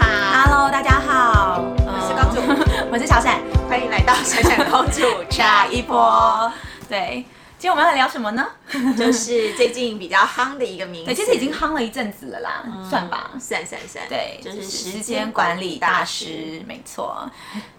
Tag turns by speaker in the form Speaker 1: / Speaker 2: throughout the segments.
Speaker 1: Hello，大家好，呃
Speaker 2: 我是公主，
Speaker 1: 我是小闪，
Speaker 2: 欢迎来到闪闪公主
Speaker 1: 下 一波。对，今天我们要来聊什么呢？
Speaker 2: 就是最近比较夯的一个名
Speaker 1: 对，
Speaker 2: 词，嗯
Speaker 1: 其实已经夯了一阵子了啦，算吧。
Speaker 2: 算算算，
Speaker 1: 对，
Speaker 2: 就是时
Speaker 1: 时
Speaker 2: 间
Speaker 1: 间
Speaker 2: 管
Speaker 1: 管
Speaker 2: 理
Speaker 1: 理
Speaker 2: 大
Speaker 1: 大
Speaker 2: 师。
Speaker 1: 师，没错。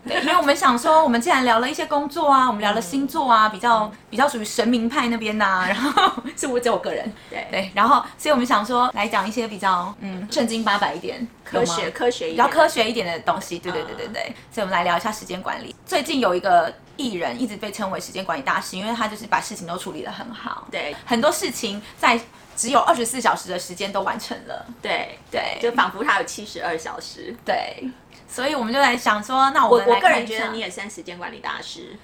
Speaker 1: 对，因为我们想说，我们既然聊了一些工作啊，我们聊了星座
Speaker 2: 嗯
Speaker 1: 啊，比较比较属于神明派那边呐、 然后是我只有我个人，
Speaker 2: 对
Speaker 1: 对，然后所以我们想说来讲一些比较嗯正经八百一点，
Speaker 2: 科学科学一
Speaker 1: 比较
Speaker 2: 点，
Speaker 1: 科学一点的东西，对对
Speaker 2: 嗯
Speaker 1: 对对对，所以我们来聊一下时间管理。最近有一个艺人一直被称为时间管理大师，因为他就是把事情都处理得很好，
Speaker 2: 对
Speaker 1: 很多事情在只有二十四小时的时间都完成了，
Speaker 2: 对
Speaker 1: 对
Speaker 2: 就仿佛他有七十二小时。
Speaker 1: 对，所以我们就来想说，那
Speaker 2: 我
Speaker 1: 我们
Speaker 2: 我
Speaker 1: 来
Speaker 2: 个
Speaker 1: 看
Speaker 2: 人
Speaker 1: 一
Speaker 2: 觉
Speaker 1: 下
Speaker 2: 得你也算时间管理大师，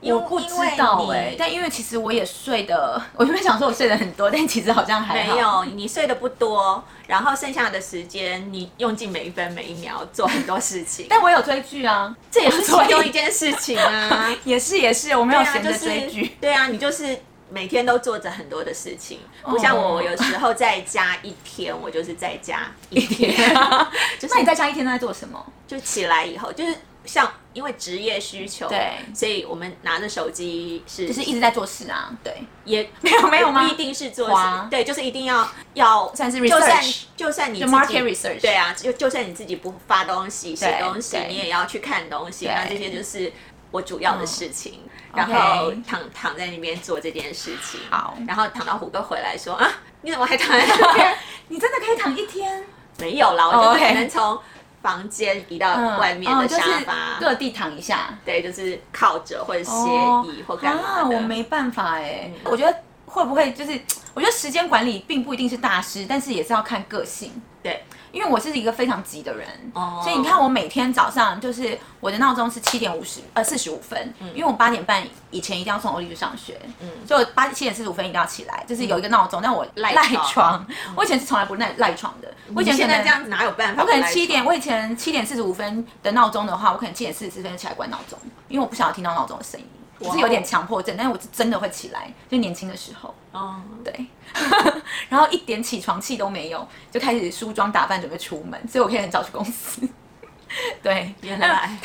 Speaker 1: 我不知道哎、
Speaker 2: 但
Speaker 1: 但因为其实我也睡的，我原本想说我睡得很多，但其实好像还好
Speaker 2: 没有你睡得不多，然后剩下的时间你用尽每一分每一秒做很多事情，
Speaker 1: 但我有追剧啊，这也是
Speaker 2: 其中一
Speaker 1: 件，
Speaker 2: 件事情 啊。
Speaker 1: 也是也是，我没有
Speaker 2: 对啊，
Speaker 1: 闲
Speaker 2: 就
Speaker 1: 着
Speaker 2: 是
Speaker 1: 追剧。
Speaker 2: 对啊，你就是每天都做着很多的事情，不像
Speaker 1: 哦
Speaker 2: 我，我有时候在家一天，我就是在家一 天， 就是
Speaker 1: 那你在家一天都在做什么？
Speaker 2: 就起来以后，就是像因为职业需求，
Speaker 1: 对
Speaker 2: 所以我们拿着手机是
Speaker 1: 就是一直在做事啊，对，
Speaker 2: 也
Speaker 1: 没有没有吗
Speaker 2: 不一定是做
Speaker 1: 滑
Speaker 2: 对，就是一定要要
Speaker 1: 算是
Speaker 2: 就算
Speaker 1: research
Speaker 2: 就算你
Speaker 1: 就
Speaker 2: 自己
Speaker 1: market research
Speaker 2: 对啊，就就算你自己不发东西、写
Speaker 1: 对
Speaker 2: 东西，
Speaker 1: 对
Speaker 2: 你也要去看东西，
Speaker 1: 对嗯
Speaker 2: 那这些就是我主要的事情。然
Speaker 1: OK
Speaker 2: 后躺躺在那边做这件事情，
Speaker 1: 好
Speaker 2: 然后躺到虎哥回来说啊，你怎么还躺在那 边？
Speaker 1: 你真的可以躺一天？
Speaker 2: 没有啦，我就是可
Speaker 1: 哦 OK
Speaker 2: 能从房间移到外面
Speaker 1: 哦
Speaker 2: 的
Speaker 1: 就是
Speaker 2: 沙发，
Speaker 1: 各地躺一下，
Speaker 2: 对，就是靠着或者斜
Speaker 1: 哦
Speaker 2: 倚或干嘛
Speaker 1: 啊，
Speaker 2: 的。
Speaker 1: 我没办法哎、
Speaker 2: 嗯
Speaker 1: 我觉得会不会就是，我觉得时间管理并不一定是大师，但是也是要看个性。
Speaker 2: 对，
Speaker 1: 因为我是一个非常急的人，
Speaker 2: 哦
Speaker 1: 所以你看我每天早上就是我的闹钟是七点五十呃四十五分，
Speaker 2: 嗯
Speaker 1: 因为我八点半以前一定要送欧丽去上学，嗯，所以我八七点四十五分一定要起来，就是有一个闹钟，但我
Speaker 2: 赖
Speaker 1: 赖
Speaker 2: 床
Speaker 1: 床，我以前是从来不赖赖床的，我以前
Speaker 2: 你
Speaker 1: 可
Speaker 2: 现在
Speaker 1: 能
Speaker 2: 这样子哪有办法？
Speaker 1: 我可能七点，我以前七点四十五分的闹钟的话，我可能七点四十四分起来关闹钟，因为我不想要听到闹钟的声音，
Speaker 2: 哇哦
Speaker 1: 我是有点强迫症，但是我是真的会起来，就年轻的时候，
Speaker 2: 哦，
Speaker 1: 对， 然后一点起床气都没有，就开始梳妆打扮准备出门，所以我可以很早去公司。 对，
Speaker 2: 原来。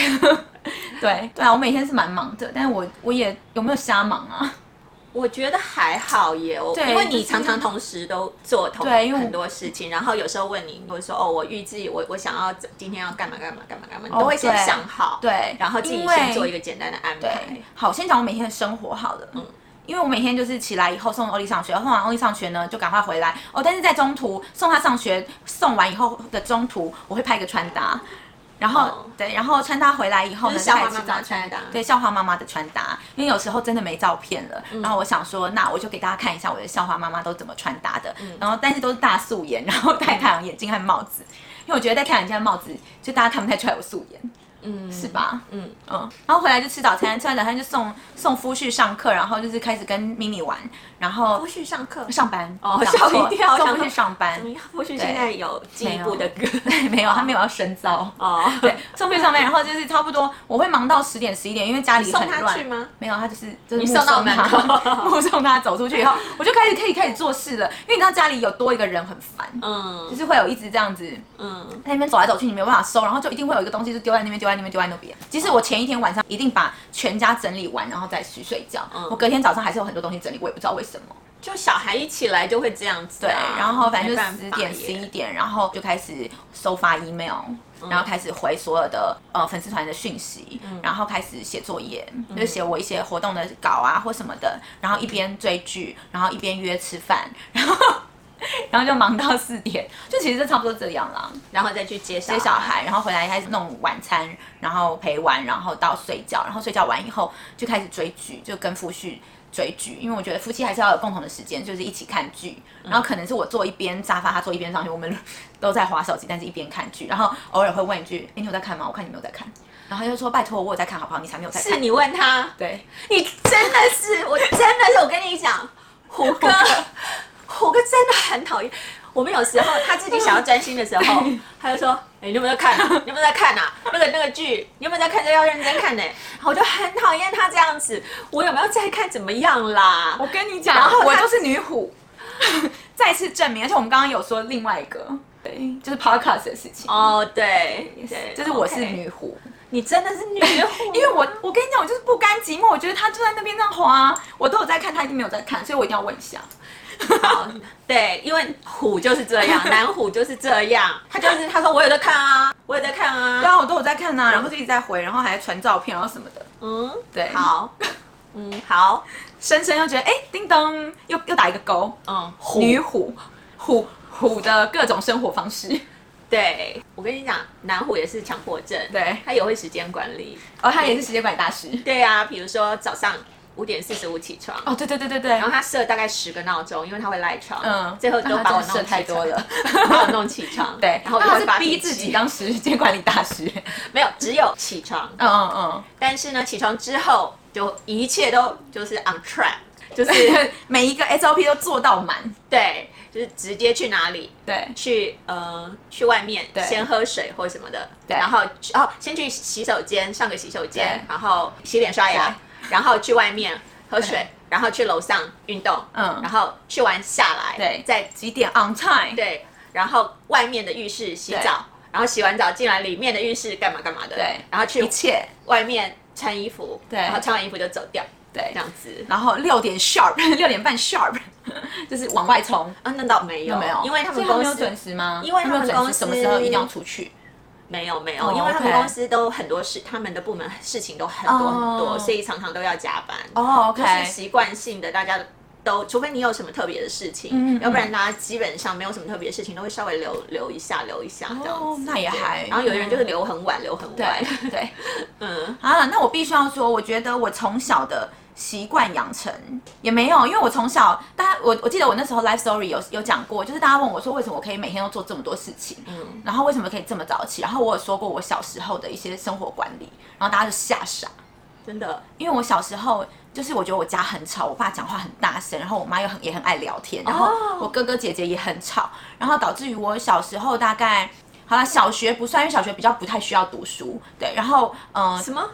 Speaker 1: 对，对啊，我每天是蛮忙的，但是我我也有没有瞎忙啊？
Speaker 2: 我觉得还好耶，我
Speaker 1: 对
Speaker 2: 因为你
Speaker 1: 就是
Speaker 2: 常常同时都做同
Speaker 1: 对因为我
Speaker 2: 很多事情，然后有时候问你，你会说哦，我预计我我想要今天要干嘛干嘛干嘛干嘛，你
Speaker 1: 哦
Speaker 2: 都会先
Speaker 1: 对
Speaker 2: 想好，
Speaker 1: 对，
Speaker 2: 然后自己
Speaker 1: 因
Speaker 2: 先
Speaker 1: 为
Speaker 2: 做一个简单的安排
Speaker 1: 对。，好，先讲我每天的生活好了。嗯。因为我每天就是起来以后送欧丽上学，送完欧丽上学呢就赶快回来哦。但是在中途送她上学，送完以后的中途我会拍一个穿搭，然后、
Speaker 2: 哦
Speaker 1: 对，然后穿搭回来以后呢，
Speaker 2: 就是校花
Speaker 1: 开始
Speaker 2: 妈妈
Speaker 1: 找
Speaker 2: 穿搭
Speaker 1: 对，校花妈妈的穿搭，因为有时候真的没照片了，
Speaker 2: 嗯
Speaker 1: 然后我想说，那我就给大家看一下我的校花妈妈都怎么穿搭的，
Speaker 2: 嗯
Speaker 1: 然后但是都是大素颜，然后戴太阳眼镜和帽子，因为我觉得戴太阳眼镜和帽子就大家看不太出来我素颜，
Speaker 2: 嗯，
Speaker 1: 是吧？
Speaker 2: 嗯，
Speaker 1: 嗯，然后回来就吃早餐，吃完早餐就送送夫婿上课，然后就是开始跟咪咪玩，然后
Speaker 2: 夫婿上课，
Speaker 1: 上班
Speaker 2: 哦
Speaker 1: 讲
Speaker 2: 吓我
Speaker 1: 错
Speaker 2: 一跳
Speaker 1: 送
Speaker 2: 想
Speaker 1: 夫
Speaker 2: 说
Speaker 1: 婿上班
Speaker 2: 怎，么样？夫婿现在有进一步的歌
Speaker 1: 没有他没有要深造，
Speaker 2: 哦，
Speaker 1: 对，送夫去上班，然后就是差不多我会忙到十点十一点，因为家里
Speaker 2: 你送
Speaker 1: 很
Speaker 2: 他
Speaker 1: 乱
Speaker 2: 去吗？
Speaker 1: 没有，他就是就是
Speaker 2: 你
Speaker 1: 目
Speaker 2: 送到门
Speaker 1: 他
Speaker 2: 口
Speaker 1: 目送他走出去以后，我就开始可以开始做事了，因为你知道家里有多一个人很烦，就
Speaker 2: 嗯
Speaker 1: 是会有一直这样子。
Speaker 2: 嗯，
Speaker 1: 在那边走来走去，你没有办法收，然后就一定会有一个东西就丢在那边，丢在那边，丢在那边。即使我前一天晚上一定把全家整理完，然后再去睡觉，
Speaker 2: 嗯
Speaker 1: 我隔天早上还是有很多东西整理，我也不知道为什么。
Speaker 2: 就小孩一起来就会这样子
Speaker 1: 对，
Speaker 2: 啊，
Speaker 1: 然后反正
Speaker 2: 没
Speaker 1: 就
Speaker 2: 办法
Speaker 1: 十点、
Speaker 2: 耶嗯
Speaker 1: 十一点，然后就开始收发 email，、然后开始回所有的呃粉丝团的讯息，
Speaker 2: 嗯
Speaker 1: 然后开始写作业，就是写我一些活动的稿啊或什么的，然后一边追剧，然后一边约吃饭，然后然后就忙到四点，就其实就差不多这样啦。
Speaker 2: 然后再去接
Speaker 1: 接小孩，然后回来开始弄晚餐，然后陪玩，然后到睡觉，然后睡觉完以后就开始追剧，就跟夫婿追剧，因为我觉得夫妻还是要有共同的时间，就是一起看剧。然后
Speaker 2: 嗯
Speaker 1: 可能是我坐一边沙发，他坐一边上去，我们 都在划手机，但是一边看剧，然后偶尔会问一句：“哎，你有在看吗？我看你没有在看。”然后他就说：“拜托，我有在看，好不好？你才没有在看。
Speaker 2: 是”你问他，
Speaker 1: 对，
Speaker 2: 你真的是，我真的是，我跟你讲，虎哥，虎哥真的很讨厌。我们有时候他自己想要专心的时候，他就说：“哎、你有没有在看？你有没有在看啊？那个那个剧，你有没有在看？这要认真看呢、我就很讨厌他这样子。我有没有在看？怎么样啦？
Speaker 1: 我跟你讲
Speaker 2: 然后他
Speaker 1: 我就是女虎，再次证明。而且我们刚刚有说另外一个，对，就是 podcast 的事情。
Speaker 2: 哦，对，对，
Speaker 1: 就是我是
Speaker 2: OK
Speaker 1: 女虎
Speaker 2: 你真的是女虎，
Speaker 1: 因为我我跟你讲，我就是不甘寂寞，我觉得他就在那边这样滑，我都有在看，他一定没有在看，所以我一定要问一下。
Speaker 2: 好啊对，因为虎就是这样，男虎就是这 样，他就是他说我有在看啊，我有在看
Speaker 1: 对
Speaker 2: 啊，
Speaker 1: 啊，我都有在看呐、然后就一直在回，然后还传照片，然后什么的。
Speaker 2: 嗯，
Speaker 1: 对，，
Speaker 2: 好，嗯，好，
Speaker 1: 深深又觉得哎、叮咚，又又打一个勾。
Speaker 2: 嗯，虎
Speaker 1: 女虎，虎虎的各种生活方式。
Speaker 2: 对，我跟你讲，男虎也是强迫症，
Speaker 1: 对
Speaker 2: 他也会时间管理。
Speaker 1: 哦，他也是时间管理大师。
Speaker 2: 对啊，比如说早上五点四十五起床，
Speaker 1: 哦，对对对对对
Speaker 2: 然后，他设大概十个闹钟，因为他会赖床，
Speaker 1: 嗯
Speaker 2: 最后都把我
Speaker 1: 那他真的设
Speaker 2: 弄
Speaker 1: 太
Speaker 2: 起床
Speaker 1: 多了
Speaker 2: 把我弄起床，
Speaker 1: 对，
Speaker 2: 然后我就
Speaker 1: 他
Speaker 2: 会
Speaker 1: 是
Speaker 2: 发脾
Speaker 1: 逼
Speaker 2: 气
Speaker 1: 自己当时间管理大师。
Speaker 2: 没有，只有起床，
Speaker 1: 嗯嗯嗯，
Speaker 2: 但是呢，起床之后就一切都就是 on track，就是
Speaker 1: 对，每一个 SOP 都做到满。
Speaker 2: 对，就是直接去哪里。
Speaker 1: 对，
Speaker 2: 去呃去外面
Speaker 1: 对
Speaker 2: 先喝水或什么的，
Speaker 1: 对
Speaker 2: 然后哦先去洗手间上个洗手间
Speaker 1: 对，
Speaker 2: 然后洗脸刷牙，然后去外面喝水
Speaker 1: 对，
Speaker 2: 然后去楼上运动，
Speaker 1: 嗯
Speaker 2: 然后去完下来，
Speaker 1: 对
Speaker 2: 再
Speaker 1: 几点 on time？
Speaker 2: 对，然后外面的浴室洗
Speaker 1: 对
Speaker 2: 澡，然后洗完澡进来里面的浴室干嘛干嘛的，
Speaker 1: 对
Speaker 2: 然后去
Speaker 1: 一切
Speaker 2: 外面穿衣服，
Speaker 1: 对
Speaker 2: 然后穿完衣服就走掉，
Speaker 1: 对
Speaker 2: 这。样子。
Speaker 1: 然后六点 sharp，六 点半 sharp，就是 往外冲。
Speaker 2: 啊，那倒没有，
Speaker 1: 有没有？
Speaker 2: 因为他
Speaker 1: 所
Speaker 2: 们
Speaker 1: 以
Speaker 2: 公
Speaker 1: 没有
Speaker 2: 司
Speaker 1: 准时吗？
Speaker 2: 因为他们
Speaker 1: 没有准
Speaker 2: 公
Speaker 1: 时
Speaker 2: 司
Speaker 1: 什么时候一定要出去？
Speaker 2: 没有没有，
Speaker 1: 哦
Speaker 2: 因为他们
Speaker 1: OK
Speaker 2: 公司都很多事，他们的部门事情都很多很多
Speaker 1: 哦
Speaker 2: 所以常常都要加班。
Speaker 1: 哦，OK、
Speaker 2: 就是习惯性的，大家都，除非你有什么特别的事情，
Speaker 1: 嗯嗯嗯
Speaker 2: 要不然大家基本上没有什么特别的事情，都会稍微留留一下，留一下这样子。
Speaker 1: 哦那也
Speaker 2: 对
Speaker 1: 还
Speaker 2: 然后有的人就是留很晚，留很晚。
Speaker 1: 对对
Speaker 2: 嗯，
Speaker 1: 啊，那我必须要说，我觉得我从小的习惯养成也没有，因为我从小，大家我我记得我那时候 life story 有有讲过，就是大家问我说为什么我可以每天都做这么多事情，
Speaker 2: 嗯
Speaker 1: 然后为什么可以这么早起，然后我有说过我小时候的一些生活管理，然后大家就吓傻，
Speaker 2: 真的，
Speaker 1: 因为我小时候就是我觉得我家很吵，我爸讲话很大声，然后我妈又很也很爱聊天，然后
Speaker 2: 哦
Speaker 1: 我哥哥姐姐也很吵，然后导致于我小时候大概好了，小学不算，因为小学比较不太需要读书，对，然后嗯、呃
Speaker 2: 什么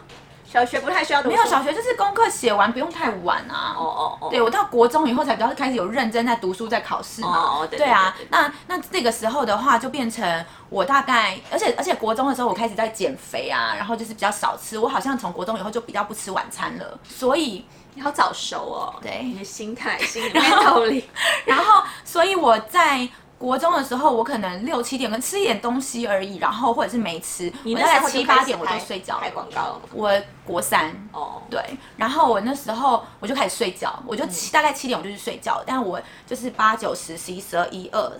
Speaker 2: 小学不太需要读书，
Speaker 1: 没有小学就是功课写完不用太晚啊。
Speaker 2: 哦哦哦，
Speaker 1: 对，我到国中以后才比较开始有认真在读书，在考试嘛。
Speaker 2: 哦哦对
Speaker 1: 对啊
Speaker 2: 对对对，
Speaker 1: 那那这个时候的话，就变成我大概，而且而且国中的时候，我开始在减肥啊，然后就是比较少吃。我好像从国中以后就比较不吃晚餐了，所以
Speaker 2: 你好早熟哦，
Speaker 1: 对
Speaker 2: 你的心态、心里面 道理，
Speaker 1: 然后，所以我在国中的时候，我可能六七点跟吃一点东西而已，然后或者是没吃，
Speaker 2: 你
Speaker 1: 我
Speaker 2: 那时
Speaker 1: 大概
Speaker 2: 候
Speaker 1: 七
Speaker 2: 就开
Speaker 1: 八
Speaker 2: 始
Speaker 1: 点我
Speaker 2: 拍
Speaker 1: 就睡觉
Speaker 2: 拍
Speaker 1: 了。
Speaker 2: 广告
Speaker 1: 我国三，
Speaker 2: 哦，
Speaker 1: 对，然后我那时候我就开始睡觉，我就
Speaker 2: 嗯
Speaker 1: 七、大概七点我就去睡觉，但我就是八九十十一十二一二，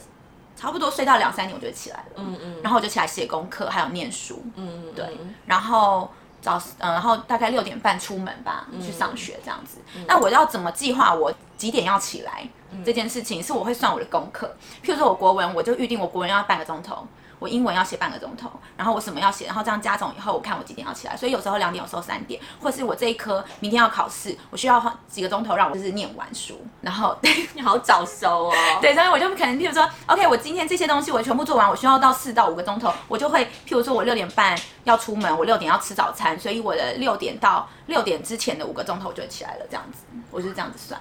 Speaker 1: 差不多睡到两三点我就起来了，
Speaker 2: 嗯嗯
Speaker 1: 然后我就起来写功课，还有念书，
Speaker 2: 嗯，
Speaker 1: 对，然后早嗯、然后大概六点半出门吧，去上学这样子。那我要怎么计划我几点要起来、这件事情？是我会算我的功课，譬如说我国文，我就预定我国文要半个钟头。我英文要写半个钟头，然后我什么要写，然后这样加总以后，我看我几点要起来。所以有时候两点，有时候三点，或是我这一科明天要考试，我需要花几个钟头让我就是念完书，然后
Speaker 2: 你好早熟哦，对
Speaker 1: 对，所以我就可能，譬如说，OK，我今天这些东西我全部做完，我需要到四到五个钟头，我就会，譬如说我六点半要出门，我六点要吃早餐，所以我的六点到六点之前的五个钟头我就起来了，这样子，我就是这样子算。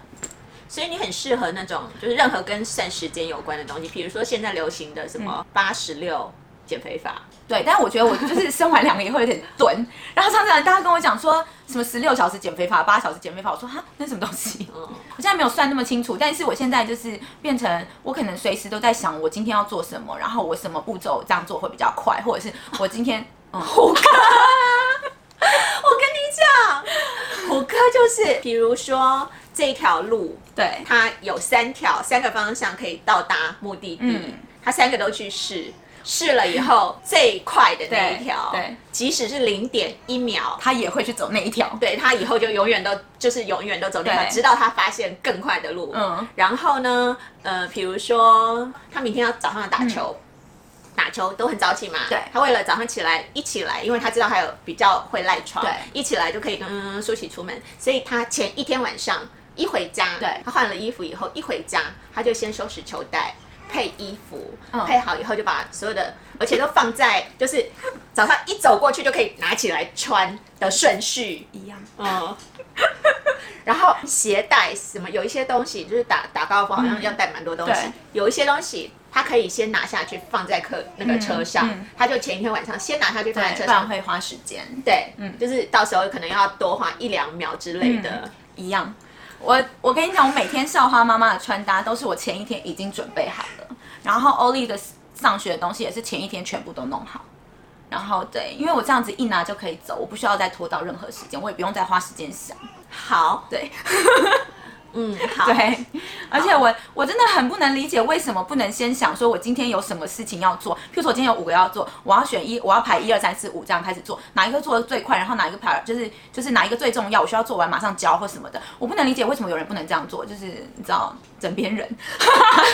Speaker 2: 所以你很适合那种就是任何跟算时间有关的东西，比如说现在流行的什
Speaker 1: 嗯
Speaker 2: 么八十六减肥法，
Speaker 1: 对，但是我觉得我就是生完两个以后有点钝，然后上次大家跟我讲说什么十六小时减肥法、八小时减肥法，我说哈，那什么东西？
Speaker 2: 嗯，
Speaker 1: 我现在没有算那么清楚，但是我现在就是变成我可能随时都在想我今天要做什么，然后我什么步骤这样做会比较快，或者是我今天嗯，
Speaker 2: 我跟你讲，虎哥就是，比如说这条路，
Speaker 1: 对，
Speaker 2: 它有三条三个方向可以到达目的地，
Speaker 1: 嗯
Speaker 2: 他三个都去试。试了以后，最快的那一条，
Speaker 1: 对对
Speaker 2: 即使是零点一秒，
Speaker 1: 他也会去走那一条。
Speaker 2: 对他以后就永远都就是永远都走那条，
Speaker 1: 对
Speaker 2: 直到他发现更快的路。
Speaker 1: 嗯
Speaker 2: 然后呢，呃，比如说他明天要早上要打球，打球都很早起嘛。
Speaker 1: 嗯对
Speaker 2: 他为了早上起来一起来，因为他知道还有比较会赖床，
Speaker 1: 对
Speaker 2: 一起来就可以嗯梳洗出门，所以他前一天晚上一回家，
Speaker 1: 对
Speaker 2: 他换了衣服以后一回家，他就先收拾球袋。配衣服、
Speaker 1: 嗯
Speaker 2: 配好以后，就把所有的，而且都放在就是早上一走过去就可以拿起来穿的顺序，
Speaker 1: 一样。
Speaker 2: 嗯， 然后鞋带什么，有一些东西就是打打高尔夫好像要带蛮多东西
Speaker 1: 嗯对，
Speaker 2: 有一些东西它他可以先拿下去放在客那个车上，
Speaker 1: 嗯
Speaker 2: 他就前一天晚上先拿下去放在
Speaker 1: 对，嗯
Speaker 2: 车
Speaker 1: 不然
Speaker 2: 上。
Speaker 1: 会花时间。
Speaker 2: 对，就是到时候可能要多花一两秒之类的。
Speaker 1: 一样。我我跟你讲，我每天校花妈妈的穿搭都是我前一天已经准备好了，然后欧丽的上学的东西也是前一天全部都弄好。然后对，因为我这样子一拿就可以走，我不需要再拖到任何时间，我也不用再花时间想。
Speaker 2: 好，
Speaker 1: 对
Speaker 2: 嗯，好，
Speaker 1: 对， 而且我我真的很不能理解为什么不能先想说我今天有什么事情要做，譬如说我今天有五个要做，我要选一，我要排一二三四五这样开始做，哪一个做的最快，然后哪一个排就是就是哪一个最重要，我需要做完马上交或什么的，我不能理解为什么有人不能这样做，就是你知道枕边 人，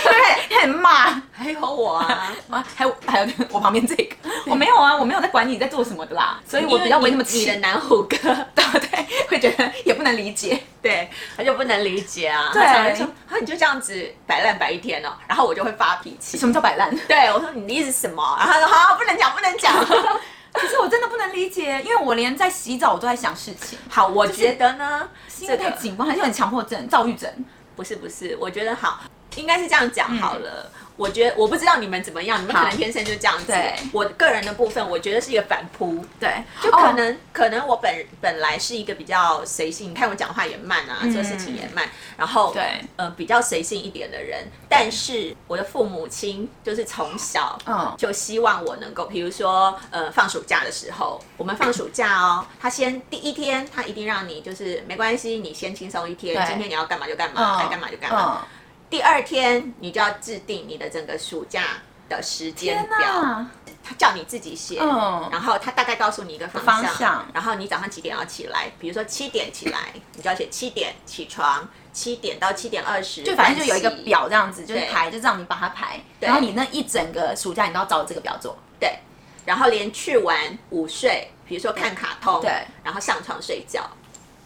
Speaker 1: 对，很骂。
Speaker 2: 还有我啊，
Speaker 1: 啊，还有还有我旁边这个，我没有啊，我没有在管你在做什么的啦， 所以我比较没
Speaker 2: 因
Speaker 1: 那么
Speaker 2: 为你
Speaker 1: 气
Speaker 2: 你的，南虎哥，
Speaker 1: 对不对？会觉得也不能理解，
Speaker 2: 对，他就不能理解啊，
Speaker 1: 对
Speaker 2: 他常常说啊，你就这样子摆烂摆一天哦，然后我就会发脾气。
Speaker 1: 什么叫摆 烂？
Speaker 2: 对，我说你的意思是什么？ 然后他说好，不能讲，不能讲。
Speaker 1: 可是我真的不能理解，因为我连在洗澡我都在想事情，
Speaker 2: 好，我觉得呢，
Speaker 1: 因为
Speaker 2: 这
Speaker 1: 太
Speaker 2: 个
Speaker 1: 紧绷，还是有点强迫症、躁郁症。
Speaker 2: 不是不是，我觉得好，应该是这样讲好了。我觉得我不知道你们怎么样，你们可
Speaker 1: 好
Speaker 2: 能天生就这样子
Speaker 1: 对。
Speaker 2: 我个人的部分，我觉得是一个反扑，
Speaker 1: 对，
Speaker 2: 就可能、
Speaker 1: 哦
Speaker 2: 可能我本本来是一个比较随性，你看我讲话也慢啊，做事情也慢，然后
Speaker 1: 嗯对
Speaker 2: 呃比较随性一点的人，但是我的父母亲就是从小
Speaker 1: 嗯
Speaker 2: 就希望我能够，比如说呃放暑假的时候，我们放暑假哦，他先第一天他一定让你就是没关系，你先轻松一天，
Speaker 1: 对
Speaker 2: 今天你要干嘛就干嘛，
Speaker 1: 嗯
Speaker 2: 该干嘛就干嘛。第二天你就要制定你的整个暑假的时间
Speaker 1: 嗯天
Speaker 2: 表，
Speaker 1: 哪，
Speaker 2: 他叫你自己写，
Speaker 1: 嗯，
Speaker 2: 然后他大概告诉你一个方
Speaker 1: 方向
Speaker 2: 然后你早上几点要起来？比如说七点起来，你就要写七点起床，七点到七点二十，
Speaker 1: 就反正就有一个
Speaker 2: 晚起。
Speaker 1: 表这样子，就是
Speaker 2: 对
Speaker 1: 排，就让你把它排，然后你那一整个暑假你都要照着这个表做。
Speaker 2: 对，然后连去玩、午睡，比如说看卡通，啊
Speaker 1: 对
Speaker 2: 然后上床睡觉，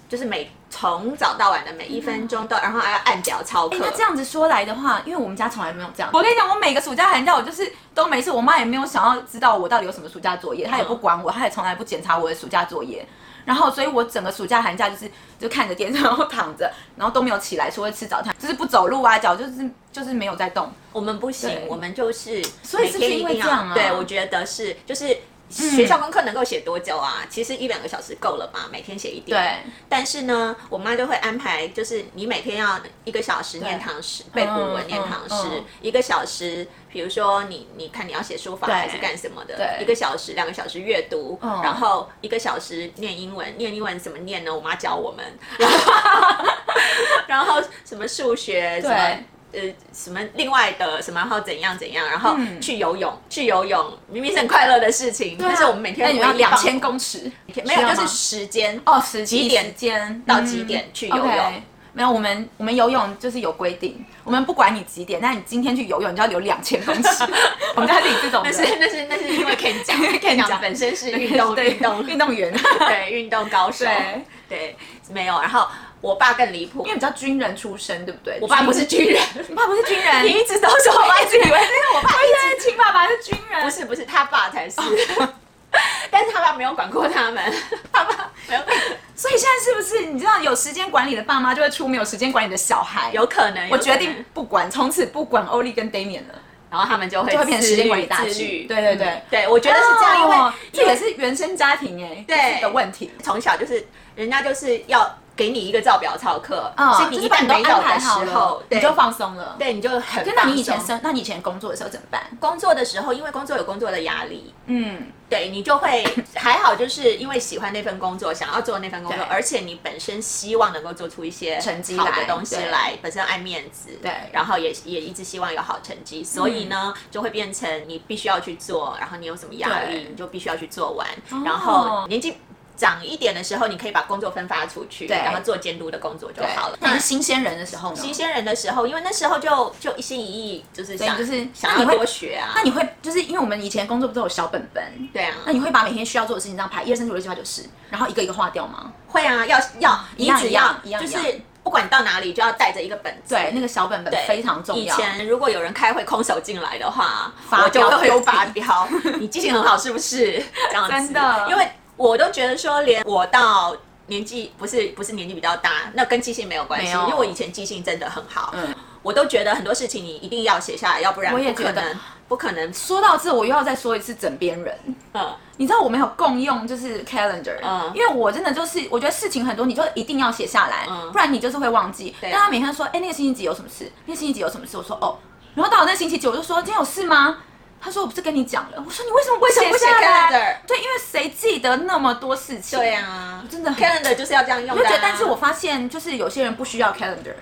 Speaker 2: 就是每从早到晚的每一分钟都，然后还要按表操
Speaker 1: 嗯哎、
Speaker 2: 课。
Speaker 1: 那这样子说来的话，因为我们家从来没有这样。我跟你讲，我每个暑假寒假我就是都没事，我妈也没有想要知道我到底有什么暑假作业，她也不管我，她也从来不检查我的暑假作业。然后，所以我整个暑假寒假就是就看着电视，然后躺着，然后都没有起来，除了吃早餐，就是不走路啊，脚就是就是没有在动。
Speaker 2: 我们不行
Speaker 1: 对，
Speaker 2: 我们就是
Speaker 1: 所以是不
Speaker 2: 每天
Speaker 1: 是
Speaker 2: 一定
Speaker 1: 因为
Speaker 2: 要
Speaker 1: 这样啊嗯
Speaker 2: 对，我觉得是，就是学校功课能够写多久啊？其实一两个小时够了吧，每天写一点。
Speaker 1: 对，
Speaker 2: 但是呢，我妈就会安排，就是你每天要一个小时念唐诗，背古文念唐诗，
Speaker 1: 嗯嗯
Speaker 2: 一个小时，比如说你你看你要写书法
Speaker 1: 对
Speaker 2: 还是干什么的，
Speaker 1: 对
Speaker 2: 一个小时、两个小时阅读，
Speaker 1: 嗯
Speaker 2: 然后一个小时念英文，念英文怎么念呢？我妈教我们， 然后然后什么数学，什么
Speaker 1: 对
Speaker 2: 呃什么另外的什么，然后怎样怎样，然后
Speaker 1: 嗯
Speaker 2: 去游泳，去游泳明明是很快乐的事情，但是我们每天
Speaker 1: 啊哎那你要
Speaker 2: 唯一
Speaker 1: 两
Speaker 2: 放
Speaker 1: 千公尺，
Speaker 2: 没有
Speaker 1: 需要
Speaker 2: 就是
Speaker 1: 吗
Speaker 2: 时间
Speaker 1: 哦，十
Speaker 2: 几点
Speaker 1: 时间
Speaker 2: 到几点去游泳
Speaker 1: OK 没有，我们我们游泳就是有规定，我们不管你几点，但你今天去游泳，你就要游两千公 尺。我们家是以这种
Speaker 2: 那
Speaker 1: 的，
Speaker 2: 是那是那是因 为 Ken 讲
Speaker 1: Ken 讲
Speaker 2: 本身是运动
Speaker 1: 对
Speaker 2: 运动
Speaker 1: 运 动员，
Speaker 2: 对运动高手
Speaker 1: 对
Speaker 2: 对没有，然后我爸更离谱
Speaker 1: 因为，你知道军人出身，对不对？
Speaker 2: 我爸不是军 人，
Speaker 1: 你爸不是军人，
Speaker 2: 你一直都说我爸是军人，
Speaker 1: 我爸一直亲爸爸是军人，
Speaker 2: 不是不是他爸才是，
Speaker 1: 哦
Speaker 2: 但是他爸没有管过他 们，他爸没有
Speaker 1: 所以现在是不是你知道有时间管理的爸妈就会出没有时间管理的小孩？
Speaker 2: 有可能
Speaker 1: 我
Speaker 2: 有
Speaker 1: 决
Speaker 2: 可
Speaker 1: 定
Speaker 2: 能
Speaker 1: 不管，从此不管欧丽跟 Damian 了，
Speaker 2: 然后他们就会
Speaker 1: 就会变成
Speaker 2: 自
Speaker 1: 时间
Speaker 2: 律
Speaker 1: 管理大
Speaker 2: 自
Speaker 1: 师
Speaker 2: 律，
Speaker 1: 对对对
Speaker 2: 嗯对我觉得是这样，因为
Speaker 1: 哦
Speaker 2: 因
Speaker 1: 这
Speaker 2: 为
Speaker 1: 也是原生家庭哎，
Speaker 2: 对
Speaker 1: 就是的问题。
Speaker 2: 从小就是人家就是要给你一个照表操课，
Speaker 1: 嗯，
Speaker 2: 所以你
Speaker 1: 就是
Speaker 2: 一
Speaker 1: 把
Speaker 2: 旦
Speaker 1: 你都
Speaker 2: 没有
Speaker 1: 安
Speaker 2: 的
Speaker 1: 排
Speaker 2: 时
Speaker 1: 好
Speaker 2: 候
Speaker 1: 了，，
Speaker 2: 对
Speaker 1: 你就放松了。
Speaker 2: 对，你就很
Speaker 1: 可是那你以前
Speaker 2: 放松
Speaker 1: 生，那你以前工作的时候怎么办？
Speaker 2: 工作的时候，因为工作有工作的压力，
Speaker 1: 嗯，
Speaker 2: 对你就 会还好，就是因为喜欢那份工作，想要做那份工作，
Speaker 1: 对
Speaker 2: 而且你本身希望能够做出一些
Speaker 1: 成绩
Speaker 2: 好的
Speaker 1: 来
Speaker 2: 东西
Speaker 1: 对
Speaker 2: 来，本身爱面子，
Speaker 1: 对嗯
Speaker 2: 然后也也一直希望有好成绩，所以呢，就会变成你必须要去做，然后你有什么压力
Speaker 1: 对，哦
Speaker 2: 你就必须要去做完，然后年纪。长一点的时候，你可以把工作分发出去，
Speaker 1: 对
Speaker 2: 然后做监督的工作就好了。
Speaker 1: 那
Speaker 2: 那
Speaker 1: 你是新鲜人的时候呢？
Speaker 2: 新鲜人的时候，因为那时候就就一心一意，就是
Speaker 1: 所以
Speaker 2: 想
Speaker 1: 就是
Speaker 2: 想
Speaker 1: 那
Speaker 2: 要
Speaker 1: 你会
Speaker 2: 多学啊。
Speaker 1: 那你会就是因为我们以前工作不都有小本本？
Speaker 2: 对啊，
Speaker 1: 那你会把每天需要做的事情这样排一二三四五六七八九十，然后一个一个划掉吗？
Speaker 2: 会啊，要要，
Speaker 1: 一
Speaker 2: 你
Speaker 1: 样
Speaker 2: 只
Speaker 1: 嗯一样
Speaker 2: 要
Speaker 1: 一样
Speaker 2: 就
Speaker 1: 一
Speaker 2: 是不管你到哪里，就要带着一个本子。
Speaker 1: 对，那个小本本
Speaker 2: 对，
Speaker 1: 非常重要。
Speaker 2: 以前如果有人开会空手进来的话，
Speaker 1: 发
Speaker 2: 我就
Speaker 1: 飙
Speaker 2: 会
Speaker 1: 丢
Speaker 2: 有
Speaker 1: 笔
Speaker 2: 发 飙。你记性很好是不是？这样子，
Speaker 1: 真的
Speaker 2: 因为我都觉得说，连我到。年纪不是不是年纪比较大，那跟记性没有关系，
Speaker 1: 没
Speaker 2: 因
Speaker 1: 有
Speaker 2: 为我以前记性真的很好。
Speaker 1: 嗯
Speaker 2: 我都觉得很多事情你一定要写下来，要不然
Speaker 1: 我也
Speaker 2: 不可
Speaker 1: 觉得
Speaker 2: 能，不可能。
Speaker 1: 说到这，我又要再说一次枕边人。
Speaker 2: 嗯，
Speaker 1: 你知道我没有共用就是 calendar，、
Speaker 2: 嗯
Speaker 1: 因为我真的就是我觉得事情很多，你就一定要写下来，
Speaker 2: 嗯
Speaker 1: 不然你就是会忘记。
Speaker 2: 对啊
Speaker 1: 但他每天说，哎、那个星期几有什么事？那个星期几有什么事？我说哦，然后到了那个星期几，我就说今天有事吗？他说我不是跟你讲了。我说你为什么不会写
Speaker 2: 写写
Speaker 1: 下来
Speaker 2: calendar
Speaker 1: 对，因为谁记得那么多事情？
Speaker 2: 对啊，
Speaker 1: 哦真的很
Speaker 2: calendar 就是要这样用
Speaker 1: 我
Speaker 2: 的啊、
Speaker 1: 就觉得，但是我发现就是有些人不需要 calendar，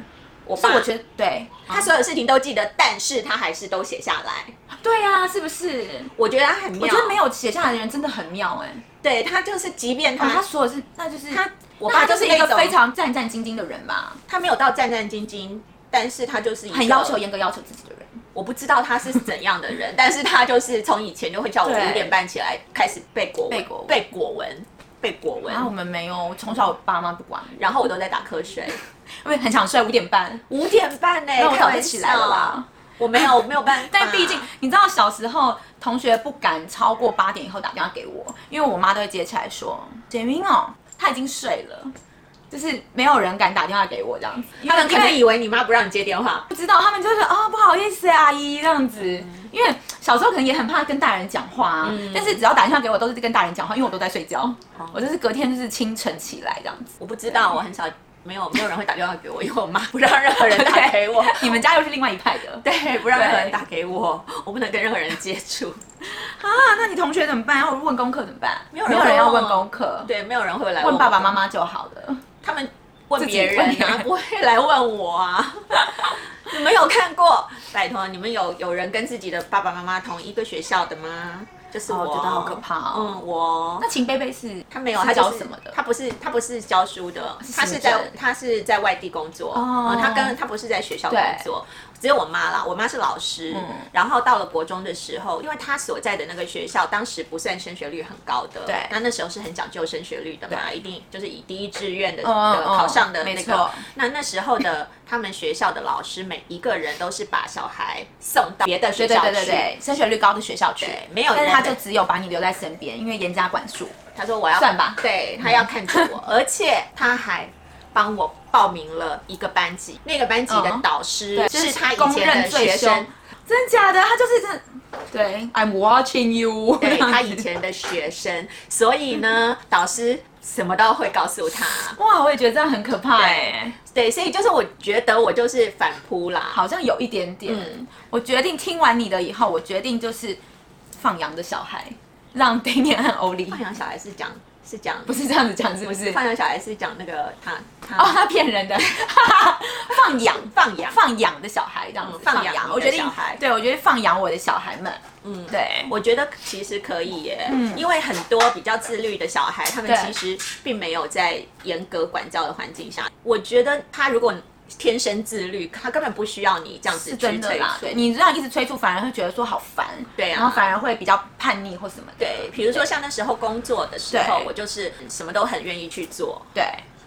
Speaker 2: 我
Speaker 1: 是
Speaker 2: 爸，
Speaker 1: 我觉得对，
Speaker 2: 他所有事情都记得，但是他还是都写下来。
Speaker 1: 对啊，是不是？
Speaker 2: 我觉得他很妙，
Speaker 1: 我觉得没有写下来的人真的很妙哎、
Speaker 2: 对他就是，即便
Speaker 1: 哦，
Speaker 2: 他、
Speaker 1: 他说的是，那就是
Speaker 2: 他我爸
Speaker 1: 那他
Speaker 2: 就是
Speaker 1: 是一
Speaker 2: 那
Speaker 1: 个
Speaker 2: 种
Speaker 1: 非常战战兢兢的人吧，
Speaker 2: 他没有到战战兢兢，但是他就是一个
Speaker 1: 很要求、严格要求自己的人。
Speaker 2: 我不知道他是怎样的人， 但是他就是从以前就会叫我
Speaker 1: 对
Speaker 2: 五点半起来开始背国文，
Speaker 1: 背国文哦
Speaker 2: 背国文，背国文，
Speaker 1: 然后我们没有，从小我爸妈不管我，
Speaker 2: 然后我都在打瞌睡，
Speaker 1: 因为很想睡五点半，
Speaker 2: 五点半呢、
Speaker 1: 那我
Speaker 2: 开
Speaker 1: 早就
Speaker 2: 玩
Speaker 1: 起来了
Speaker 2: 笑
Speaker 1: 啦。
Speaker 2: 我没有，我没有办法。
Speaker 1: 但毕竟你知道，小时候同学不敢超过八点以后打电话给我，因为我妈都会接起来说：“杰明哦，他已经睡了。”就是没有人敢打电话给我这样子，
Speaker 2: 他们可能
Speaker 1: 因为
Speaker 2: 以为你妈不让你接电话，
Speaker 1: 不知道，他们就是啊、不好意思，阿姨这样子。因为小时候可能也很怕跟大人讲话、啊，但是只要打电话给我都是跟大人讲话，因为我都在睡觉，我就是隔天就是清晨起来这样子。
Speaker 2: 我不知道，我很少，没有没有人会打电话给我，因为我妈不让任何人打给我，
Speaker 1: 你们家又是另外一派的，对
Speaker 2: 对，不让任何人打给我，我不能跟任何人接触，
Speaker 1: 啊？ 那你同学怎么办？要问功课怎么办？没
Speaker 2: 有人
Speaker 1: 有人要问
Speaker 2: 问
Speaker 1: 功课，
Speaker 2: 对，没有人会来
Speaker 1: 问爸爸妈
Speaker 2: 妈，
Speaker 1: 妈就好了。
Speaker 2: 他们问
Speaker 1: 自己
Speaker 2: 别人
Speaker 1: 问别
Speaker 2: 啊，
Speaker 1: 人
Speaker 2: 不会来问我啊。 你们有看过？拜托，你们有有人跟自己的爸爸妈妈同一个学校的吗？就是我，
Speaker 1: 哦我觉得好可怕哦
Speaker 2: 嗯，我
Speaker 1: 那秦贝贝是
Speaker 2: 他没有，
Speaker 1: 是
Speaker 2: 他
Speaker 1: 教
Speaker 2: 啊就是
Speaker 1: 什么的？
Speaker 2: 他不是他不是教书的，他是
Speaker 1: 行
Speaker 2: 在
Speaker 1: 政
Speaker 2: 他是在外地工作。
Speaker 1: 哦
Speaker 2: 嗯他跟他不是在学校工作，只有我妈啦，我妈是老师。
Speaker 1: 嗯
Speaker 2: 然后到了国中的时候，因为她所在的那个学校当时不算升学率很高的，
Speaker 1: 对
Speaker 2: 那那时候是很讲究升学率的嘛，一定就是以第一志愿的、
Speaker 1: 嗯
Speaker 2: 的
Speaker 1: 嗯
Speaker 2: 考上的
Speaker 1: 没
Speaker 2: 那个
Speaker 1: 错。
Speaker 2: 那那时候的他们学校的老师每一个人都是把小孩送到别的学
Speaker 1: 对对
Speaker 2: 校去。
Speaker 1: 对对对，升学率高的学校去
Speaker 2: 对，没有
Speaker 1: 但是他
Speaker 2: 人
Speaker 1: 就只有把你留在身边，因为严加管束。
Speaker 2: 他说我要
Speaker 1: 算吧嗯
Speaker 2: 对他要看着我，而且他还帮我报名了一个班级，那个班级的
Speaker 1: 嗯
Speaker 2: 导师
Speaker 1: 对，
Speaker 2: 是他以
Speaker 1: 公
Speaker 2: 前
Speaker 1: 认
Speaker 2: 的
Speaker 1: 最
Speaker 2: 学
Speaker 1: 凶
Speaker 2: 生，，
Speaker 1: 真假的？他就是真的对，I'm watching you。
Speaker 2: 对他以前的学 生，所以呢，导师什么都会告诉他。
Speaker 1: 哇，我也觉得这样很可怕哎
Speaker 2: 对，对，所以就是我觉得我就是反扑啦。
Speaker 1: 好像有一点点。
Speaker 2: 嗯
Speaker 1: 我决定听完你的以后，我决定就是放羊的小孩，让 d a m i 和欧丽
Speaker 2: 放养小孩是讲是讲
Speaker 1: 不是这样子讲，是不是？
Speaker 2: 放养小孩是讲那个他他
Speaker 1: 哦，他骗人的，放羊
Speaker 2: 放养，
Speaker 1: 放羊的小孩这样子，
Speaker 2: 嗯放养你的
Speaker 1: 我决定
Speaker 2: 小孩
Speaker 1: 对我决定放养我的小孩们，
Speaker 2: 嗯，对。
Speaker 1: 对，
Speaker 2: 我觉得其实可以耶，
Speaker 1: 嗯
Speaker 2: 因为很多比较自律的小孩，他们其
Speaker 1: 对
Speaker 2: 实并没有在严格管教的环境下。我觉得他如果天生自律，他根本不需要你这样子
Speaker 1: 是
Speaker 2: 去
Speaker 1: 真的
Speaker 2: 催
Speaker 1: 啦，
Speaker 2: 促
Speaker 1: 对，。你这样一直催促，反而会觉得说好烦，
Speaker 2: 对啊
Speaker 1: 然后反而会比较叛逆或什么的，
Speaker 2: 对，比如说像那时候工作的时候，
Speaker 1: 对
Speaker 2: 我就是什么都很愿意去做。
Speaker 1: 对，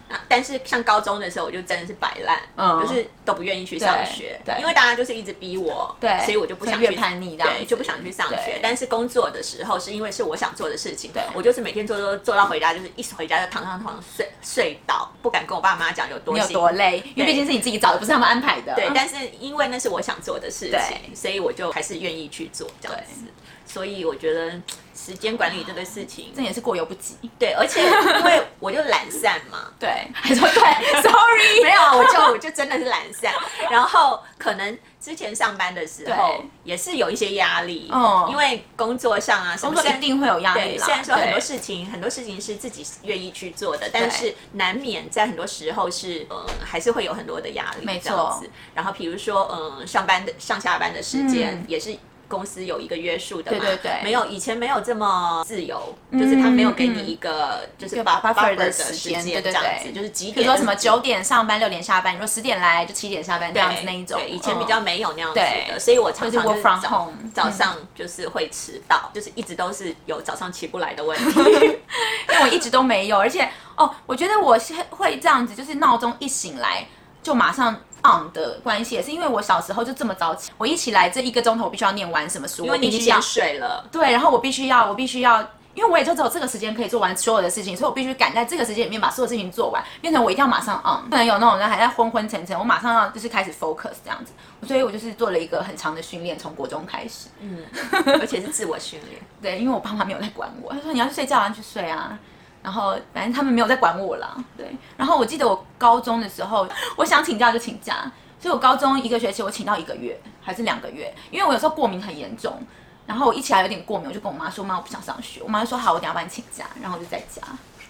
Speaker 2: 啊但是像高中的时候，我就真的是摆烂，
Speaker 1: 嗯
Speaker 2: 就是都不愿意去上学，
Speaker 1: 对对
Speaker 2: 因为大家就是一直逼我，
Speaker 1: 对
Speaker 2: 所以我就不想
Speaker 1: 所以
Speaker 2: 去
Speaker 1: 越叛逆这样子
Speaker 2: 对，就不想去上学
Speaker 1: 对。
Speaker 2: 但是工作的时候，是因为是我想做的事情，
Speaker 1: 对
Speaker 2: 我就是每天做做做到回家，就是一回家就躺上床睡睡倒，不敢跟我爸妈讲有多
Speaker 1: 你有
Speaker 2: 辛苦
Speaker 1: 多累，因
Speaker 2: 对
Speaker 1: 为毕竟是你自己找的，不是他们安排的，
Speaker 2: 对，但是因为那是我想做的事情，
Speaker 1: 对
Speaker 2: 所以我就还是愿意去做这样子。所以我觉得时间管理这个事情，
Speaker 1: 这也是过犹不及，
Speaker 2: 对，而且因为我就懒散嘛，
Speaker 1: 对，还说 对，sorry，
Speaker 2: 没有，我就我就真的是懒散。然后可能之前上班的时候
Speaker 1: 对
Speaker 2: 也是有一些压力，
Speaker 1: 哦
Speaker 2: 因为工作上啊什
Speaker 1: 工
Speaker 2: 么
Speaker 1: 作
Speaker 2: 虽
Speaker 1: 一
Speaker 2: 然
Speaker 1: 定会有压力
Speaker 2: 对，
Speaker 1: 啦，
Speaker 2: 虽然说很多
Speaker 1: 对
Speaker 2: 事情，很多事情是自己愿意去做的，但是难免在很多时候是，呃，还是会有很多的压力，
Speaker 1: 没
Speaker 2: 这样
Speaker 1: 错
Speaker 2: 子。然后比如说，嗯、上班的上下班的时间、
Speaker 1: 嗯
Speaker 2: 也是公司有一个约束的嘛，
Speaker 1: 对对对嗯
Speaker 2: 没有以前没有这么自由，就是他没有给你一个、就是
Speaker 1: 一个
Speaker 2: buff-
Speaker 1: buffer 的
Speaker 2: 的
Speaker 1: 时
Speaker 2: 时
Speaker 1: 间对
Speaker 2: 这
Speaker 1: 对
Speaker 2: 样
Speaker 1: 对
Speaker 2: 子，就是几点，
Speaker 1: 比如说什么九点上班，六点下班，你说十点来就七点下班这
Speaker 2: 对
Speaker 1: 样子那一种，
Speaker 2: 对，以前
Speaker 1: 嗯
Speaker 2: 比较没有那样子的，
Speaker 1: 对
Speaker 2: 所以我常
Speaker 1: 就是
Speaker 2: 常就是
Speaker 1: work from
Speaker 2: 早
Speaker 1: home，
Speaker 2: 早
Speaker 1: 嗯
Speaker 2: 上就是会迟到，就是一直都是有早上起不来的问题。
Speaker 1: 因为我一直都没有，而且哦，我觉得我是会这样子，就是闹钟一醒来就马上 on 的关系，也是因为我小时候就这么早起，我一起来这一个钟头我必须要念完什么书，
Speaker 2: 因为
Speaker 1: 我
Speaker 2: 你
Speaker 1: 必
Speaker 2: 已经
Speaker 1: 须要
Speaker 2: 先睡了。
Speaker 1: 对，然后我必须要我必须要。因因为我也就只有这个时间可以做完所有的事情，所以我必须赶在这个时间里面把所有事情做完，变成我一定要马上嗯，不能有那种人还在昏昏沉沉，我马上要就是开始 focus 这样子，所以我就是做了一个很长的训练，从国中开始。
Speaker 2: 嗯 而且是自我训练。
Speaker 1: 对，因为我爸妈没有在管我，他说你要去睡觉啊，你去睡啊。然后反正他们没有在管我啦。对，然后我记得我高中的时候，我想请假就请假，所以我高中一个学期我请到一个月还是两个月，因为我有时候过敏很严重，然后我一起来有点过敏，我就跟我妈说妈我不想上学，我妈就说好，我等一下帮你请假，然后我就在家。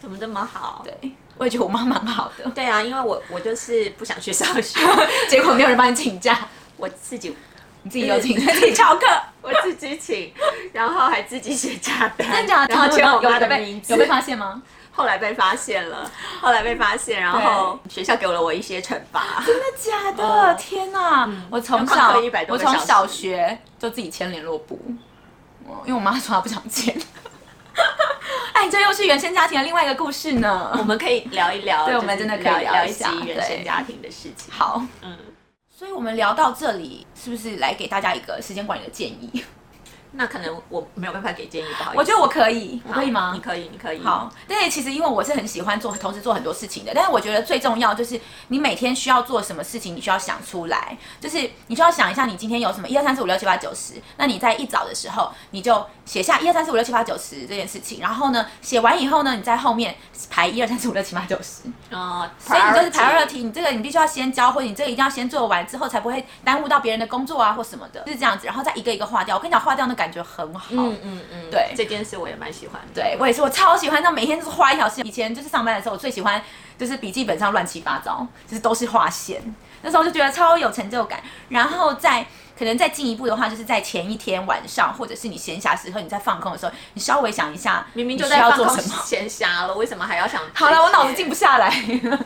Speaker 2: 怎么这么好？对
Speaker 1: 对，我也觉得我妈蛮好的，
Speaker 2: 对啊，因为我我就是不想去上 学，
Speaker 1: 结果没有人帮你请假，
Speaker 2: 我自己
Speaker 1: 你自己 有请假，自己翘课。
Speaker 2: 我自己请，然后还自己写假单，
Speaker 1: 真假的？啊
Speaker 2: 然后签我
Speaker 1: 有
Speaker 2: 妈
Speaker 1: 有
Speaker 2: 的
Speaker 1: 被
Speaker 2: 名字
Speaker 1: 有。被发现吗？
Speaker 2: 后来被发现了，后来被发现，然后学校给了我一些惩罚。
Speaker 1: 假的，
Speaker 2: 嗯
Speaker 1: 天哪！我从
Speaker 2: 要旷
Speaker 1: 小
Speaker 2: 课100多
Speaker 1: 我
Speaker 2: 个小
Speaker 1: 从
Speaker 2: 时
Speaker 1: 小学就自己签联络簿，我因为我妈说她不想签。 哎，这又是原生家庭的另外一个故事
Speaker 2: 我
Speaker 1: 呢。
Speaker 2: 们可以聊一聊，就
Speaker 1: 对
Speaker 2: 是
Speaker 1: 我们真的可以
Speaker 2: 聊
Speaker 1: 聊
Speaker 2: 聊
Speaker 1: 一
Speaker 2: 一
Speaker 1: 下
Speaker 2: 集原
Speaker 1: 对
Speaker 2: 生家庭的事情。
Speaker 1: 好，
Speaker 2: 嗯，
Speaker 1: 所以我们聊到这里，是不是来给大家一个时间管理的建议？
Speaker 2: 那可能我没有办法给建议，不好意思。
Speaker 1: 我觉得我可以，我可以
Speaker 2: 好
Speaker 1: 吗
Speaker 2: 你？可以，你可以。，
Speaker 1: 好，但是其实因为我是很喜欢做，同时做很多事情的。但是我觉得最重要就是你每天需要做什么事情，你需要想出来，就是你需要想一下你今天有什么一二三四五六七八九十。那你在一早的时候，你就写下一二三四五六七八九十这件事情，然后呢，写完以后呢，你在后面排一二三四五六七八九十。
Speaker 2: 哦，
Speaker 1: 所以你就是
Speaker 2: priority
Speaker 1: priority，你这个你必须要先教会，你这个一定要先做完之后，才不会耽误到别人的工作啊或什么的，就是这样子。然后再一个一个划掉，我跟你讲，划掉那感觉很好。
Speaker 2: 嗯嗯嗯，
Speaker 1: 对
Speaker 2: 这件事我也蛮喜欢的。
Speaker 1: 对我也是，我超喜欢，那每天就是画一条线。以前就是上班的时候，我最喜欢就是笔记本上乱七八糟，就是都是画线。那时候就觉得超有成就感。然后在可能再进一步的话，就是在前一天晚上，或者是你闲暇时候，你在放空的时候，你稍微想一下，
Speaker 2: 明明就
Speaker 1: 你
Speaker 2: 在
Speaker 1: 需要
Speaker 2: 放
Speaker 1: 做
Speaker 2: 空
Speaker 1: 什么。
Speaker 2: 闲暇了，为什么还要想？
Speaker 1: 好了，我脑子静不。下来。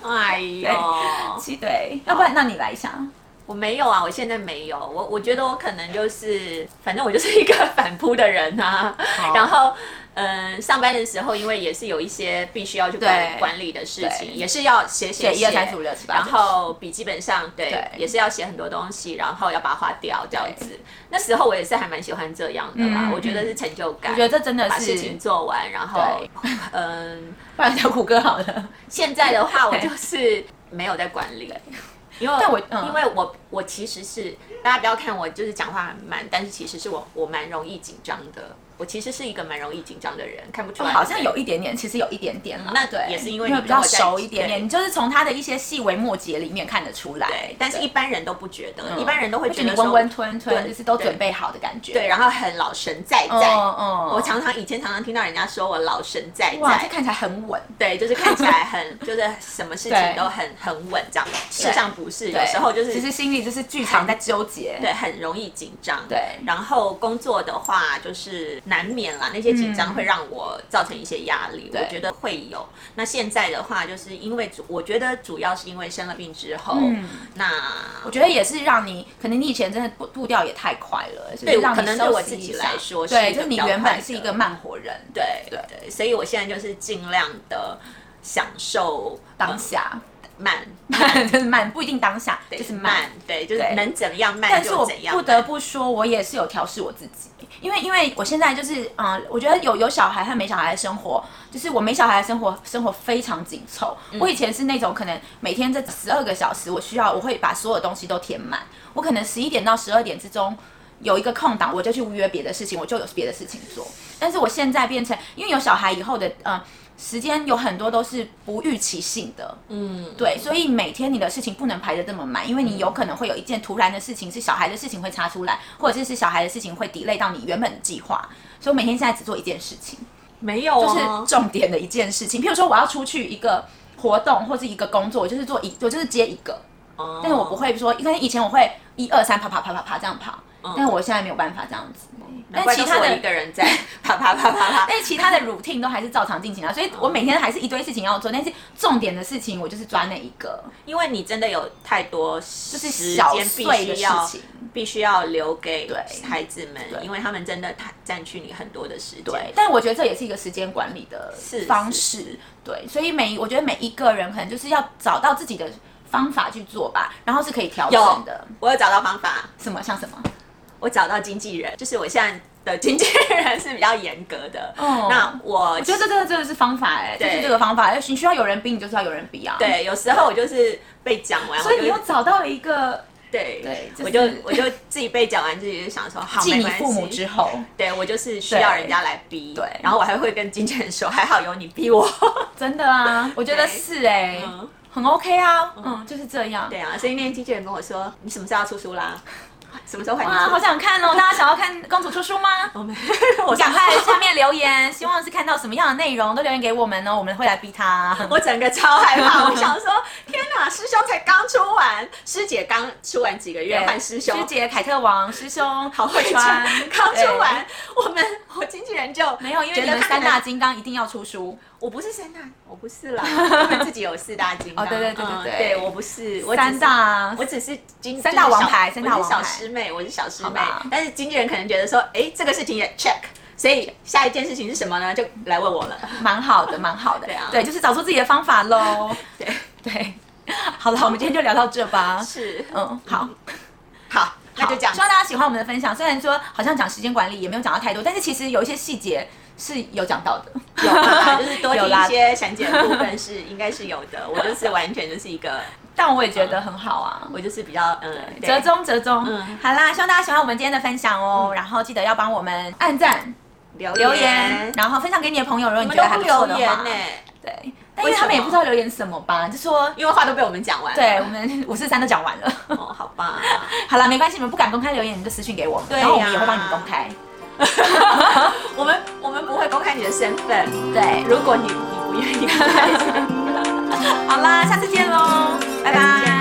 Speaker 2: 哎呦，
Speaker 1: 对，要不然那你来一下。
Speaker 2: 我没有啊，我现在没有。我我觉得我可能就是，反正我就是一个反扑的人啊。然后，嗯、上班的时候，因为也是有一些必须要去
Speaker 1: 对
Speaker 2: 管管理的事
Speaker 1: 对
Speaker 2: 情，也是要写写
Speaker 1: 写一二三四五六七八
Speaker 2: 然
Speaker 1: 九
Speaker 2: 后笔记本上对
Speaker 1: 对
Speaker 2: 也是要写很多东西，然后要把它划掉这样子。那时候我也是还蛮喜欢这样的啦，
Speaker 1: 嗯
Speaker 2: 我觉得是成就感。
Speaker 1: 我觉得这真的
Speaker 2: 把
Speaker 1: 是
Speaker 2: 事情做完，然后
Speaker 1: 对
Speaker 2: 嗯，
Speaker 1: 不然叫谷歌好了。
Speaker 2: 现在的话我就是没有在管 理，因为
Speaker 1: 但我嗯
Speaker 2: 因为我我其实是大家不要看我就是讲话很慢，但是其实是我我蛮容易紧张的，我其实是一个蛮容易紧张的人，看不出来，
Speaker 1: 哦好像有一点点，其实有一点点啦。
Speaker 2: 嗯那
Speaker 1: 对，
Speaker 2: 也是因为
Speaker 1: 因
Speaker 2: 你
Speaker 1: 为比较
Speaker 2: 跟我在一
Speaker 1: 熟
Speaker 2: 起
Speaker 1: 一点点，
Speaker 2: 对
Speaker 1: 你就是从他的一些细微末节里面看得出来
Speaker 2: 对。，但是一般人都不觉
Speaker 1: 嗯
Speaker 2: 得，一般人都会
Speaker 1: 就
Speaker 2: 觉
Speaker 1: 你
Speaker 2: 得
Speaker 1: 温
Speaker 2: 说
Speaker 1: 温吞吞，
Speaker 2: 对
Speaker 1: 就是都
Speaker 2: 对
Speaker 1: 准备好的感觉。
Speaker 2: 对，然后很老神在
Speaker 1: 嗯，
Speaker 2: 在。
Speaker 1: 嗯
Speaker 2: 我常常以前常常听到人家说我老神在
Speaker 1: 哇，这
Speaker 2: 在，
Speaker 1: 看起来很稳。
Speaker 2: 对，就是看起来很就是什么事
Speaker 1: 对
Speaker 2: 情都很很稳这样，事实上不是，有
Speaker 1: 对
Speaker 2: 时候就是
Speaker 1: 只是心里就是剧场在纠结。
Speaker 2: 对，很容易紧张。
Speaker 1: 对
Speaker 2: 然后工作的话就是难免啦，那些紧张会让我造成一些压力，
Speaker 1: 嗯对
Speaker 2: 我觉得会有。那现在的话，就是因为主，我觉得主要是因为生了病之后，
Speaker 1: 嗯
Speaker 2: 那
Speaker 1: 我觉得也是让你，可能你以前真的步步调也太快了，就是
Speaker 2: 对
Speaker 1: 让你
Speaker 2: 可能对
Speaker 1: 休
Speaker 2: 我
Speaker 1: 息
Speaker 2: 自己
Speaker 1: 一下
Speaker 2: 来说是一
Speaker 1: 对，
Speaker 2: 个
Speaker 1: 就是你
Speaker 2: 比较
Speaker 1: 原
Speaker 2: 快
Speaker 1: 本
Speaker 2: 的嗯
Speaker 1: 是一个慢活人，
Speaker 2: 对
Speaker 1: 对
Speaker 2: 对，所以我现在就是尽量的享受呃
Speaker 1: 当下
Speaker 2: 慢，
Speaker 1: 慢就是慢，不一定当下，
Speaker 2: 对
Speaker 1: 就是慢
Speaker 2: 慢，对，就是
Speaker 1: 对
Speaker 2: 能怎样慢
Speaker 1: 但是
Speaker 2: 就
Speaker 1: 我
Speaker 2: 怎样
Speaker 1: 不
Speaker 2: 慢。
Speaker 1: 得不说，我也是有调试我自己，因为因为我现在就是，嗯、我觉得有有小孩和没小孩的生活，就是我没小孩的生活，生活非常紧凑。
Speaker 2: 嗯
Speaker 1: 我以前是那种可能每天这十二个小时，我需要我会把所有东西都填满，我可能十一点到十二点之中。有一个空档，我就去约别的事情，我就有别的事情做。但是我现在变成，因为有小孩以后的，呃，时间有很多都是不预期性的，
Speaker 2: 嗯，
Speaker 1: 对，所以每天你的事情不能排得这么满，因为你有可能会有一件突然的事情是小孩的事情会插出来，或者是是小孩的事情会 delay 到你原本的计划。所以我每天现在只做一件事情，
Speaker 2: 没有
Speaker 1: 就是
Speaker 2: 哦，
Speaker 1: 重点的一件事情。譬如说我要出去一个活动或是一个工作，我就是做一，我就是接一个，
Speaker 2: 哦
Speaker 1: 但是我不会说，因为以前我会一二三啪啪啪啪啪这样跑，但我现在没有办法这样子。但
Speaker 2: 嗯难怪
Speaker 1: 其
Speaker 2: 都是
Speaker 1: 他
Speaker 2: 我
Speaker 1: 的
Speaker 2: 一个人在 啪啪啪啪啪。
Speaker 1: 但是其他的 routine 都还是照常进行啊，所以我每天还是一堆事情要做，但是重点的事情我就是抓那一个，
Speaker 2: 因为你真的有太多就
Speaker 1: 就是
Speaker 2: 时
Speaker 1: 小
Speaker 2: 间必
Speaker 1: 碎的
Speaker 2: 须
Speaker 1: 事
Speaker 2: 要
Speaker 1: 情。
Speaker 2: 必须要留给
Speaker 1: 对
Speaker 2: 孩子们，因为他们真的太占据你很多的时间。
Speaker 1: 对，，但我觉得这也是一个时间管理的
Speaker 2: 是
Speaker 1: 方
Speaker 2: 是
Speaker 1: 式。对，所以每我觉得每一个人可能就是要找到自己的方法去做吧，然后是可以调
Speaker 2: 有
Speaker 1: 整的。
Speaker 2: 我有找到方法，
Speaker 1: 什么像什么？
Speaker 2: 我找到经纪人，就是我现在的经纪人是比较严格的。
Speaker 1: 哦
Speaker 2: 那我
Speaker 1: 我觉得这真的真的是方法哎、
Speaker 2: 对
Speaker 1: 就是这个方法，你需要有人逼，你就是要有人逼啊。，
Speaker 2: 对，有时候我就是被讲完，
Speaker 1: 所以
Speaker 2: 我
Speaker 1: 你
Speaker 2: 就
Speaker 1: 又找到了一个
Speaker 2: 对
Speaker 1: 对就是
Speaker 2: 我就我就自己被讲完，自己就想说好，
Speaker 1: 继
Speaker 2: 没
Speaker 1: 你
Speaker 2: 关
Speaker 1: 父母
Speaker 2: 系
Speaker 1: 之后，
Speaker 2: 对我就是需要人家来逼，
Speaker 1: 对对
Speaker 2: 然后我还会跟经纪人说，还好有你逼我，
Speaker 1: 真的啊， 我觉得
Speaker 2: 对
Speaker 1: 是哎、
Speaker 2: 嗯
Speaker 1: 很 OK 啊，嗯，就是这样。
Speaker 2: 对啊，所以那天经纪人跟我说，你什么时候要出书啦？ 什么时候还
Speaker 1: 哇，好
Speaker 2: 你
Speaker 1: 想看哦！大家想要看公主出书吗？
Speaker 2: 书？我没， 我
Speaker 1: 赶
Speaker 2: 赶
Speaker 1: 快
Speaker 2: 快，
Speaker 1: 下面留言， 希望是看到什么样的内容都留言给我们哦，我们会来逼他。
Speaker 2: 我整个超害怕， 我想说，天哪，师兄才刚出完，师姐刚出完几个月，换师兄，
Speaker 1: 师姐、凯特王、师兄、
Speaker 2: 好会穿
Speaker 1: 川，
Speaker 2: 刚出
Speaker 1: 对
Speaker 2: 完，我们我经纪人就
Speaker 1: 没有，因为
Speaker 2: 觉
Speaker 1: 你
Speaker 2: 得
Speaker 1: 们
Speaker 2: 他可
Speaker 1: 三
Speaker 2: 能
Speaker 1: 大，金刚一定要出书，
Speaker 2: 我不是三大，我不 是啦，他们自己有四大金刚，
Speaker 1: 哦对对对对
Speaker 2: 嗯
Speaker 1: 对
Speaker 2: 对我不是，我只
Speaker 1: 三
Speaker 2: 是
Speaker 1: 大
Speaker 2: 我只是经
Speaker 1: 三大王牌
Speaker 2: 就是
Speaker 1: 三
Speaker 2: 小
Speaker 1: 大
Speaker 2: 我
Speaker 1: 王
Speaker 2: 是小
Speaker 1: 牌
Speaker 2: 师妹，我是小师
Speaker 1: 好
Speaker 2: 妹
Speaker 1: 吧。
Speaker 2: 但是经纪人可能觉得说，哎，这个事情也 check，所以下一件事情是什么呢？就来问我了。
Speaker 1: 蛮好的，蛮好的。
Speaker 2: 对啊
Speaker 1: 对，就是找出自己的方法喽。
Speaker 2: 对，
Speaker 1: 对，好了，我们今天就聊到这吧。
Speaker 2: 是，
Speaker 1: 嗯，好，
Speaker 2: 啊 好，那就这样
Speaker 1: 希。望大家喜欢我们的分享。虽然说好像讲时间管理也没有讲到太多，但是其实有一些细节是有讲到的。
Speaker 2: 有啦，就是多听
Speaker 1: 有啦
Speaker 2: 一些详解的部分是应该是有的。我就是完全就是一个，
Speaker 1: 但我也觉得很好啊。
Speaker 2: 我就是比较嗯，对
Speaker 1: 折中折中，
Speaker 2: 嗯
Speaker 1: 好啦，希望大家喜欢我们今天的分享哦，然后记得要帮我们按赞、
Speaker 2: 留
Speaker 1: 留言
Speaker 2: 言，，
Speaker 1: 然后分享给你的朋友，如果
Speaker 2: 我
Speaker 1: 你
Speaker 2: 们
Speaker 1: 觉
Speaker 2: 都
Speaker 1: 得还
Speaker 2: 不
Speaker 1: 不错的
Speaker 2: 留言
Speaker 1: 话，
Speaker 2: 呢，
Speaker 1: 对，但因为他
Speaker 2: 为什
Speaker 1: 们
Speaker 2: 么
Speaker 1: 也不知道留言什么吧，就说哎
Speaker 2: 因为话都被我们讲完。
Speaker 1: 对我们五四三都讲完了，
Speaker 2: 哦，好吧，
Speaker 1: 好啦，没关系，你们不敢公开留言，你们就私信给我们，
Speaker 2: 对呀啊
Speaker 1: 然后我们也会帮你们公开，
Speaker 2: 我们我们不会公开你的身份，
Speaker 1: 对，
Speaker 2: 如果你你不愿意公开。
Speaker 1: 好啦，下次见喽，拜
Speaker 2: 拜拜
Speaker 1: 拜。。